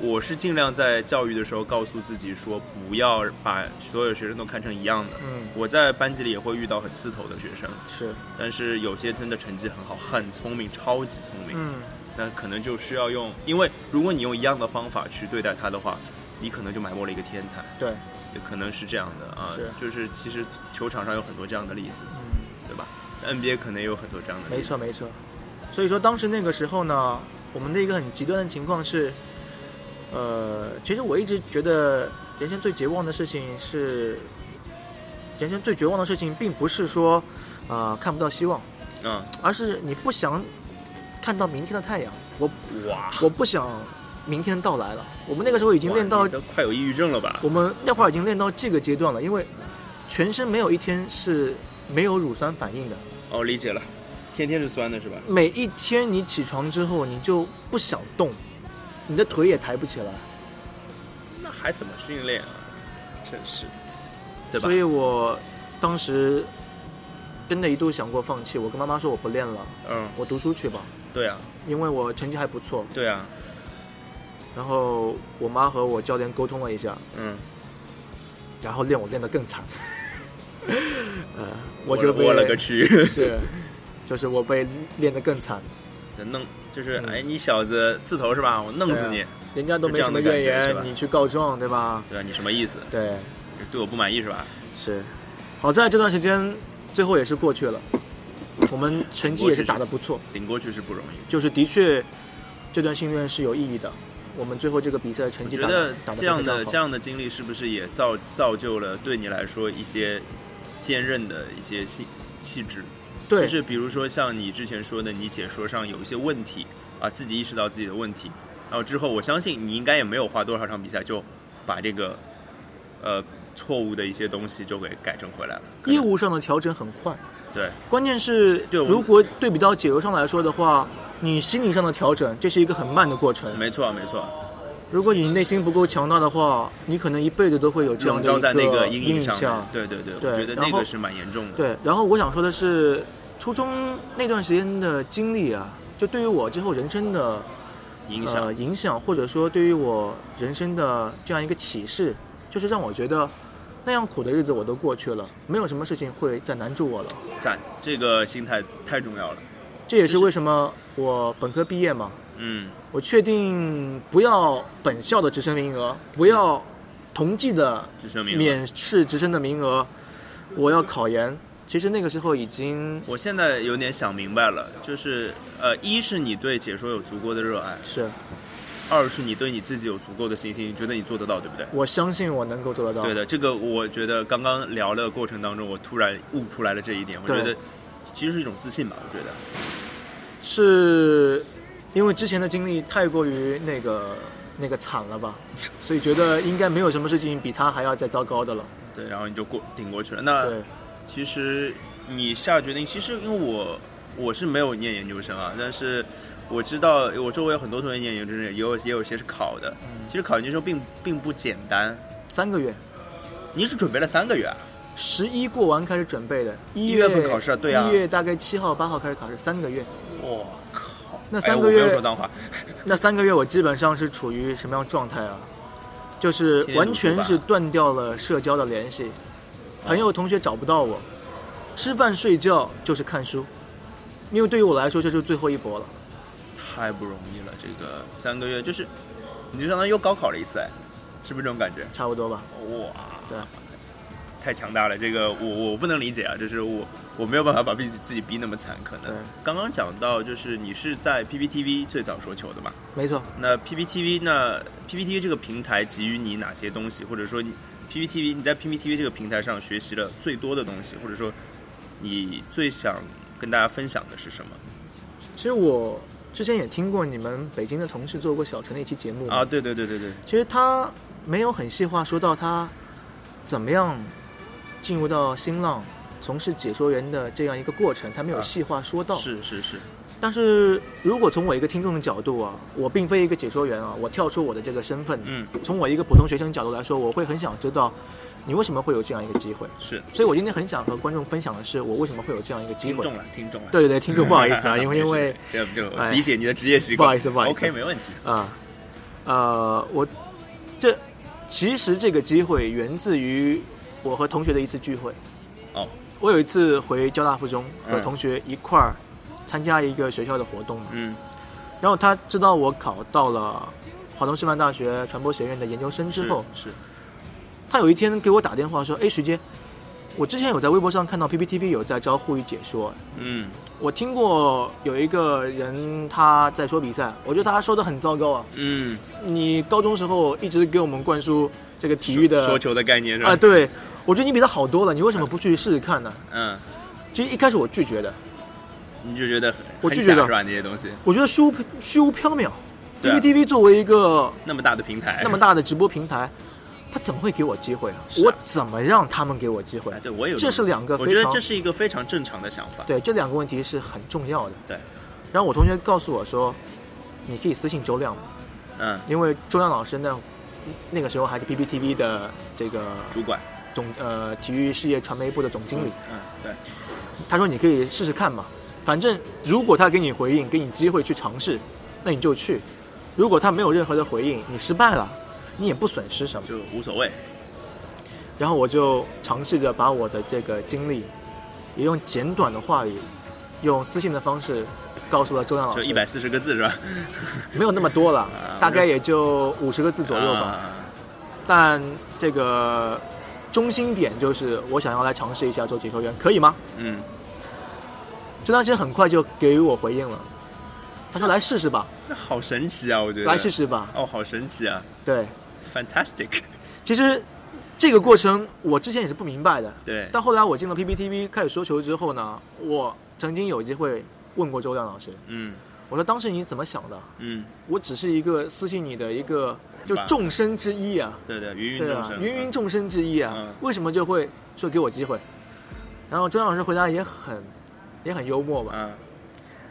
Speaker 1: 我是尽量在教育的时候告诉自己说，不要把所有学生都看成一样的。
Speaker 2: 嗯，
Speaker 1: 我在班级里也会遇到很刺头的学生，
Speaker 2: 是，
Speaker 1: 但是有些真的成绩很好，很聪明，超级聪明。
Speaker 2: 嗯，
Speaker 1: 那可能就需要用，因为如果你用一样的方法去对待他的话，你可能就埋没了一个天才。
Speaker 2: 对，
Speaker 1: 也可能是这样的啊，
Speaker 2: 是
Speaker 1: 就是其实球场上有很多这样的例子，
Speaker 2: 嗯，
Speaker 1: 对吧？NBA 可能也有很多这样的例子。
Speaker 2: 没错没错。所以说当时那个时候呢，我们的一个很极端的情况是，呃，其实我一直觉得人生最绝望的事情是，人生最绝望的事情并不是说，啊、看不到希望。
Speaker 1: 嗯，
Speaker 2: 而是你不想看到明天的太阳。我
Speaker 1: 哇，
Speaker 2: 我不想明天到来了。我们那个时候已经练
Speaker 1: 哇
Speaker 2: 到
Speaker 1: 你，都快有抑郁症了吧？
Speaker 2: 我们那会儿已经练到这个阶段了，因为全身没有一天是没有乳酸反应的。
Speaker 1: 哦，理解了，天天是酸的是吧？
Speaker 2: 每一天你起床之后，你就不想动，你的腿也抬不起来。
Speaker 1: 那还怎么训练啊？真是，对吧
Speaker 2: 所？以我当时真的一度想过放弃。我跟妈妈说我不练了，
Speaker 1: 嗯，
Speaker 2: 我读书去吧，
Speaker 1: 对啊，
Speaker 2: 因为我成绩还不错。
Speaker 1: 对啊，
Speaker 2: 然后我妈和我教练沟通了一下，
Speaker 1: 嗯，
Speaker 2: 然后练我练得更惨， 呃，我就被
Speaker 1: 我了个 去，
Speaker 2: 是，就是我被练得更惨，
Speaker 1: 这弄就是
Speaker 2: 嗯
Speaker 1: 哎，你小子刺头是吧？我弄死
Speaker 2: 对啊
Speaker 1: 你，
Speaker 2: 人家都没什么
Speaker 1: 就
Speaker 2: 怨
Speaker 1: 这样的感觉是吧
Speaker 2: 言，你去告状对吧？
Speaker 1: 对吧？你什么意思？
Speaker 2: 对，
Speaker 1: 对我不满意是吧？
Speaker 2: 是，好在这段时间最后也是过去了，我们成绩也是打得不错，
Speaker 1: 顶过去是不容易。
Speaker 2: 就是的确这段训练是有意义的，我们最后这个比赛的成
Speaker 1: 我
Speaker 2: 绩
Speaker 1: 觉
Speaker 2: 打
Speaker 1: 得
Speaker 2: 打得
Speaker 1: 这样
Speaker 2: 非常
Speaker 1: 的
Speaker 2: 好
Speaker 1: 这样的经历是不是也造造就了对你来说一些坚韧的一些气气质？
Speaker 2: 对
Speaker 1: 就是比如说像你之前说的，你解说上有一些问题啊，自己意识到自己的问题，然后之后我相信你应该也没有花多少场比赛就把这个呃错误的一些东西就给改正回来了。可能
Speaker 2: 业务上的调整很快，
Speaker 1: 对
Speaker 2: 关键是
Speaker 1: 对我们
Speaker 2: 如果对比到解忧上来说的话，你心理上的调整这是一个很慢的过程。
Speaker 1: 没错没错，
Speaker 2: 如果你内心不够强大的话，你可能一辈子都会有这
Speaker 1: 笼
Speaker 2: 样的
Speaker 1: 罩
Speaker 2: 一
Speaker 1: 在那
Speaker 2: 个
Speaker 1: 个阴影
Speaker 2: 印
Speaker 1: 上面
Speaker 2: 象。。
Speaker 1: 对对对，
Speaker 2: 对
Speaker 1: 我觉得
Speaker 2: 然
Speaker 1: 那
Speaker 2: 后
Speaker 1: 个是蛮严重的。
Speaker 2: 对，然后我想说的是，初中那段时间的经历啊，就对于我之后人生的
Speaker 1: 影响
Speaker 2: 呃影响，或者说对于我人生的这样一个启示，就是让我觉得那样苦的日子我都过去了，没有什么事情会再难住我了。
Speaker 1: 赞，这个心态太重要了。
Speaker 2: 这也是
Speaker 1: 就是
Speaker 2: 为什么我本科毕业嘛，
Speaker 1: 嗯，
Speaker 2: 我确定不要本校的直升名额，不要同济的
Speaker 1: 这说明了
Speaker 2: 免试直升的名额，我要考研。其实那个时候已经
Speaker 1: 我现在有点想明白了，就是呃，一是你对解说有足够的热爱，
Speaker 2: 是，
Speaker 1: 二是你对你自己有足够的信心，你觉得你做得到，对不对？
Speaker 2: 我相信我能够做得到。
Speaker 1: 对的，这个我觉得刚刚聊的过程当中，我突然悟出来了这一点，我
Speaker 2: 对
Speaker 1: 觉得其实是一种自信吧，我觉得。
Speaker 2: 是因为之前的经历太过于那个那个惨 了吧，所以觉得应该没有什么事情比他还要再糟糕的了。
Speaker 1: 对，然后你就过顶过去了。那
Speaker 2: 对，
Speaker 1: 其实你下决定，其实因为我我是没有念研究生啊，但是我知道我周围有很多同学念研究生，也有也有些是考的。
Speaker 2: 嗯
Speaker 1: 其实考研究生并并不简单，
Speaker 2: 三个月，
Speaker 1: 你是准备了三个月啊？
Speaker 2: 十一过完开始准备的，一
Speaker 1: 一月份考试啊对啊
Speaker 2: 一月大概七号八号开始考试，三个月。
Speaker 1: 我靠！
Speaker 2: 那
Speaker 1: 哎
Speaker 2: 三个
Speaker 1: 我没有
Speaker 2: 月
Speaker 1: 说脏话，
Speaker 2: 那三个月我基本上是处于什么样状态啊？就是
Speaker 1: 天天
Speaker 2: 完
Speaker 1: 读书
Speaker 2: 全
Speaker 1: 吧哦
Speaker 2: 是断掉了社交的联系，朋友同学找不到我，吃饭睡觉就是看书，因为对于我来说这就是最后一搏了。
Speaker 1: 太不容易了，这个三个月就是，你就相当于又高考了一次，哎，是不是这种感觉？
Speaker 2: 差不多吧，
Speaker 1: 哇，
Speaker 2: 对，啊
Speaker 1: 太强大了，这个我我不能理解啊，就是我我没有办法把自己自己逼那么惨，可能
Speaker 2: 对。
Speaker 1: 刚刚讲到就是你是在 PPTV 最早说球的嘛？
Speaker 2: 没错。
Speaker 1: 那 PPTV 那 PPTV 这个平台给予你哪些东西，或者说你 PPTV 你在 PPTV 这个平台上学习了最多的东西，或者说你最想跟大家分享的是什么？
Speaker 2: 其实我之前也听过你们北京的同事做过小陈的一期节目
Speaker 1: 啊，，对对对对对，
Speaker 2: 其实他没有很细化说到他怎么样进入到新浪从事解说员的这样一个过程，他没有
Speaker 1: 啊
Speaker 2: 细化说到。
Speaker 1: 是是是，
Speaker 2: 但是如果从我一个听众的角度啊，我并非一个解说员啊，我跳出我的这个身份，
Speaker 1: 嗯，
Speaker 2: 从我一个普通学生角度来说，我会很想知道你为什么会有这样一个机会。
Speaker 1: 是
Speaker 2: 所以我今天很想和观众分享的是，我为什么会有这样一个机
Speaker 1: 听
Speaker 2: 会。
Speaker 1: 众了，听众了。
Speaker 2: 对对对，听众不好意思啊，因
Speaker 1: 没事
Speaker 2: 为因为
Speaker 1: 没事这个
Speaker 2: 哎
Speaker 1: 理解你的职业习惯，
Speaker 2: 不好意思不好意
Speaker 1: o
Speaker 2: 思
Speaker 1: k 没问题。
Speaker 2: 啊，呃，我这其实这个机会源自于我和同学的一次聚会。
Speaker 1: 哦，
Speaker 2: 我有一次回交大附中，和
Speaker 1: 嗯
Speaker 2: 同学一块儿参加一个学校的活动嘛，
Speaker 1: 嗯，
Speaker 2: 然后他知道我考到了华东师范大学传播学院的研究生之后，
Speaker 1: 是是
Speaker 2: 他有一天给我打电话说：“哎，徐杰，我之前有在微博上看到 PPTV 有在招沪语解说，
Speaker 1: 嗯，
Speaker 2: 我听过有一个人他在说比赛，我觉得他说的很糟糕啊。
Speaker 1: 嗯，
Speaker 2: 你高中时候一直给我们灌输这个体育的
Speaker 1: 说说球的概念是吧？
Speaker 2: 啊，对，我觉得你比他好多了，你为什么不去试试看呢？
Speaker 1: 嗯，
Speaker 2: 其实一开始我拒绝的，
Speaker 1: 你就觉得很
Speaker 2: 我
Speaker 1: 很
Speaker 2: 拒绝的
Speaker 1: 假是吧？这些东西，
Speaker 2: 我觉得虚无虚无缥缈。
Speaker 1: 对啊
Speaker 2: PPTV 作为一个
Speaker 1: 那么大的平台，
Speaker 2: 那么大的直播平台，他怎么会给我机会啊？
Speaker 1: 是啊
Speaker 2: 我怎么让他们给我机会啊
Speaker 1: 哎，？对我有
Speaker 2: 这是两个
Speaker 1: 我
Speaker 2: 非
Speaker 1: 觉得
Speaker 2: 常
Speaker 1: 这是一个非常正常的想法。
Speaker 2: 对这两个问题是很重要的。
Speaker 1: 对。
Speaker 2: 然后我同学告诉我说，你可以私信周亮嘛，
Speaker 1: 嗯，
Speaker 2: 因为周亮老师呢，那个时候还是 PPTV 的这个
Speaker 1: 主管
Speaker 2: 总呃体育事业传媒部的总经理。
Speaker 1: 嗯，对，
Speaker 2: 他说你可以试试看嘛，反正如果他给你回应，给你机会去尝试，那你就去；如果他没有任何的回应，你失败了，你也不损失什么。
Speaker 1: 就无所谓。
Speaker 2: 然后我就尝试着把我的这个经历，也用简短的话语，用私信的方式告诉了周亮老
Speaker 1: 就
Speaker 2: 师，
Speaker 1: 一百四十个字是吧？
Speaker 2: 没有那么多了
Speaker 1: 啊，
Speaker 2: 大概也就五十个字左右吧。
Speaker 1: 啊
Speaker 2: 但这个中心点就是，我想要来尝试一下做解说员，可以吗？
Speaker 1: 嗯，
Speaker 2: 周亮其实很快就给予我回应了，他说来试试吧，
Speaker 1: 那好神奇啊！我觉得
Speaker 2: 来试试吧。
Speaker 1: 哦，好神奇啊
Speaker 2: 对，
Speaker 1: ！Fantastic，
Speaker 2: 其实这个过程我之前也是不明白的，
Speaker 1: 对，
Speaker 2: 但后来我进了 PPTV 开始说球之后呢，我曾经有机会问过周亮老师，
Speaker 1: 嗯
Speaker 2: 我说当时你怎么想的？
Speaker 1: 嗯，
Speaker 2: 我只是一个私信你的一个就
Speaker 1: 吧
Speaker 2: 众生之一啊，
Speaker 1: 对对，芸芸
Speaker 2: 对
Speaker 1: 众
Speaker 2: 啊，
Speaker 1: 生，
Speaker 2: 芸芸众生之一啊，
Speaker 1: 嗯
Speaker 2: 为什么就会说给我机会？然后周亮老师回答也很也很幽默吧，
Speaker 1: 啊。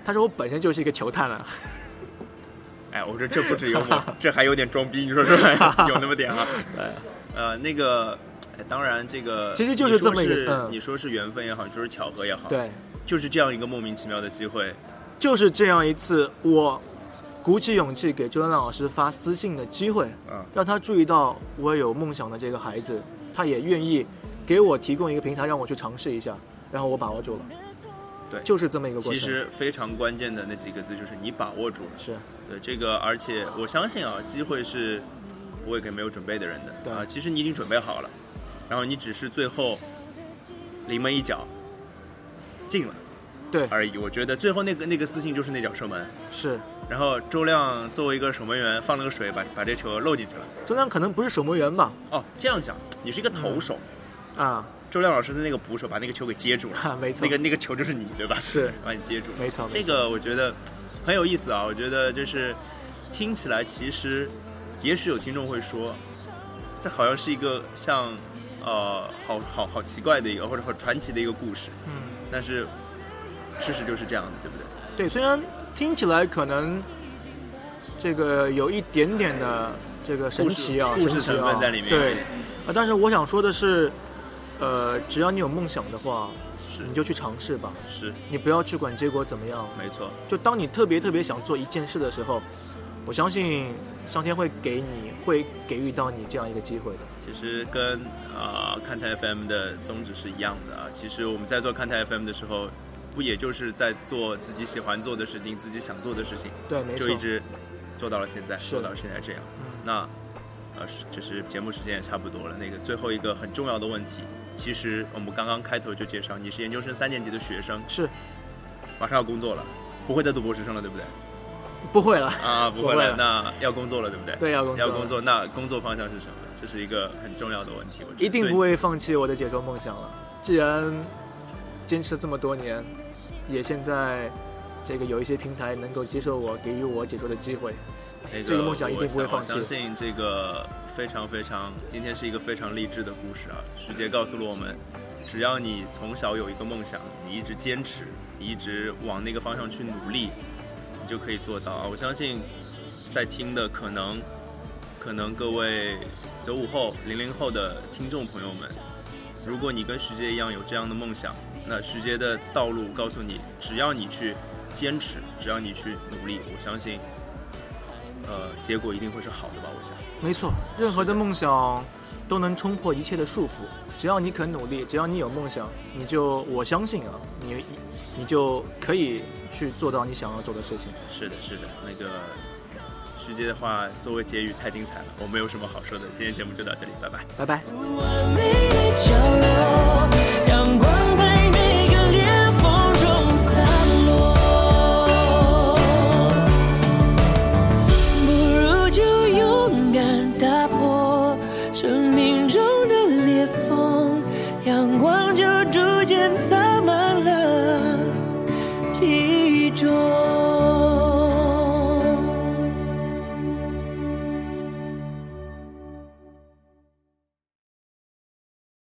Speaker 2: 他说我本身就是一个球探啊，
Speaker 1: 哎，我说这不止幽默，这还有点装逼，你说是 吧？有那么点啊？
Speaker 2: 对，
Speaker 1: 呃，那个，哎当然这个
Speaker 2: 其实就是这么一个
Speaker 1: 你说是
Speaker 2: 嗯
Speaker 1: 你说是缘分也好，你说是巧合也好，，
Speaker 2: 对，
Speaker 1: 就是这样一个莫名其妙的机会，
Speaker 2: 就是这样一次我鼓起勇气给周亮老师发私信的机会，
Speaker 1: 嗯
Speaker 2: 让他注意到我有梦想的这个孩子，他也愿意给我提供一个平台让我去尝试一下，然后我把握住了。
Speaker 1: 对
Speaker 2: 就是这么一个过
Speaker 1: 其
Speaker 2: 程。
Speaker 1: 实非常关键的那几个字就是你把握住了。
Speaker 2: 是
Speaker 1: 对这个，而且我相信啊，机会是不会给没有准备的人
Speaker 2: 对
Speaker 1: 的啊。其实你已经准备好了，然后你只是最后临门一脚进了
Speaker 2: 对，
Speaker 1: 而已。我觉得最后那个那个私信就是那脚射门，
Speaker 2: 是
Speaker 1: 然后周亮作为一个守门员放了个水，把把这球漏进去了。
Speaker 2: 周亮可能不是守门员吧？
Speaker 1: 哦，这样讲，你是一个投手，
Speaker 2: 啊，
Speaker 1: 周亮老师的那个捕手把那个球给接住了，
Speaker 2: 哈， 没错，
Speaker 1: 那个那个球就是你对吧？
Speaker 2: 是
Speaker 1: 把你接住了。
Speaker 2: 没错，
Speaker 1: 这
Speaker 2: 没错
Speaker 1: 个我觉得很有意思啊！我觉得就是听起来，其实也许有听众会说，这好像是一个像呃，好好好奇怪的一个或者好传奇的一个故事，
Speaker 2: 嗯，
Speaker 1: 但是事实就是这样的，对不对？
Speaker 2: 对，虽然听起来可能这个有一点点的这个神
Speaker 1: 故事
Speaker 2: 奇啊，
Speaker 1: 故事
Speaker 2: 神奇
Speaker 1: 成
Speaker 2: 啊
Speaker 1: 分在里面。
Speaker 2: 对，啊，但是我想说的是，呃，只要你有梦想的话，
Speaker 1: 是
Speaker 2: 你就去尝试吧，
Speaker 1: 是
Speaker 2: 你不要去管结果怎么样。
Speaker 1: 没错，
Speaker 2: 就当你特别特别想做一件事的时候，我相信上天会给你，会给予到你这样一个机会的。
Speaker 1: 其实跟啊、呃看台 FM 的宗旨是一样的啊。其实我们在做看台 FM 的时候，不也就是在做自己喜欢做的事情，自己想做的事情，
Speaker 2: 对，没错
Speaker 1: 就一。直做到了现在，
Speaker 2: 是
Speaker 1: 做到现在这样。
Speaker 2: 嗯
Speaker 1: 那呃，是就是节目时间也差不多了。那个最后一个很重要的问题，其实我们刚刚开头就介绍，你是研究生三年级的学生，
Speaker 2: 是
Speaker 1: 马上要工作了，不会再读博士生了，对不对？
Speaker 2: 不会了，
Speaker 1: 啊，不会
Speaker 2: 不会
Speaker 1: 了，
Speaker 2: 了
Speaker 1: 那要工作了，对不对？
Speaker 2: 对，要工作，
Speaker 1: 要工，作，那工作方向是什么？这是一个很重要的问题，我觉得
Speaker 2: 一定
Speaker 1: 对
Speaker 2: 不会放弃我的解构梦想了。既然坚持了这么多年，也现在这个有一些平台能够接受我，给予我解说的机会，
Speaker 1: 那
Speaker 2: 这个梦想一定不会
Speaker 1: 我
Speaker 2: 放弃
Speaker 1: 相信这个非常非常，今天是一个非常励志的故事啊！徐杰告诉了我们，只要你从小有一个梦想，你一直坚持，你一直往那个方向去努力，你就可以做到啊！我相信，在听的可能，可能各位九五后、零零后的听众朋友们，如果你跟徐杰一样有这样的梦想，那徐杰的道路告诉你，只要你去坚持，只要你去努力，我相信。呃，结果一定会是好的吧？我想，
Speaker 2: 没错，任何的梦想都能冲破一切的束缚，只要你肯努力，只要你有梦想，你就我相信啊，你你就可以去做到你想要做的事情。
Speaker 1: 是的，是的。那个徐杰的话作为结语太精彩了，我没有什么好说的。今天节目就到这里，拜拜。
Speaker 2: 拜拜。
Speaker 3: 完美的角落，阳光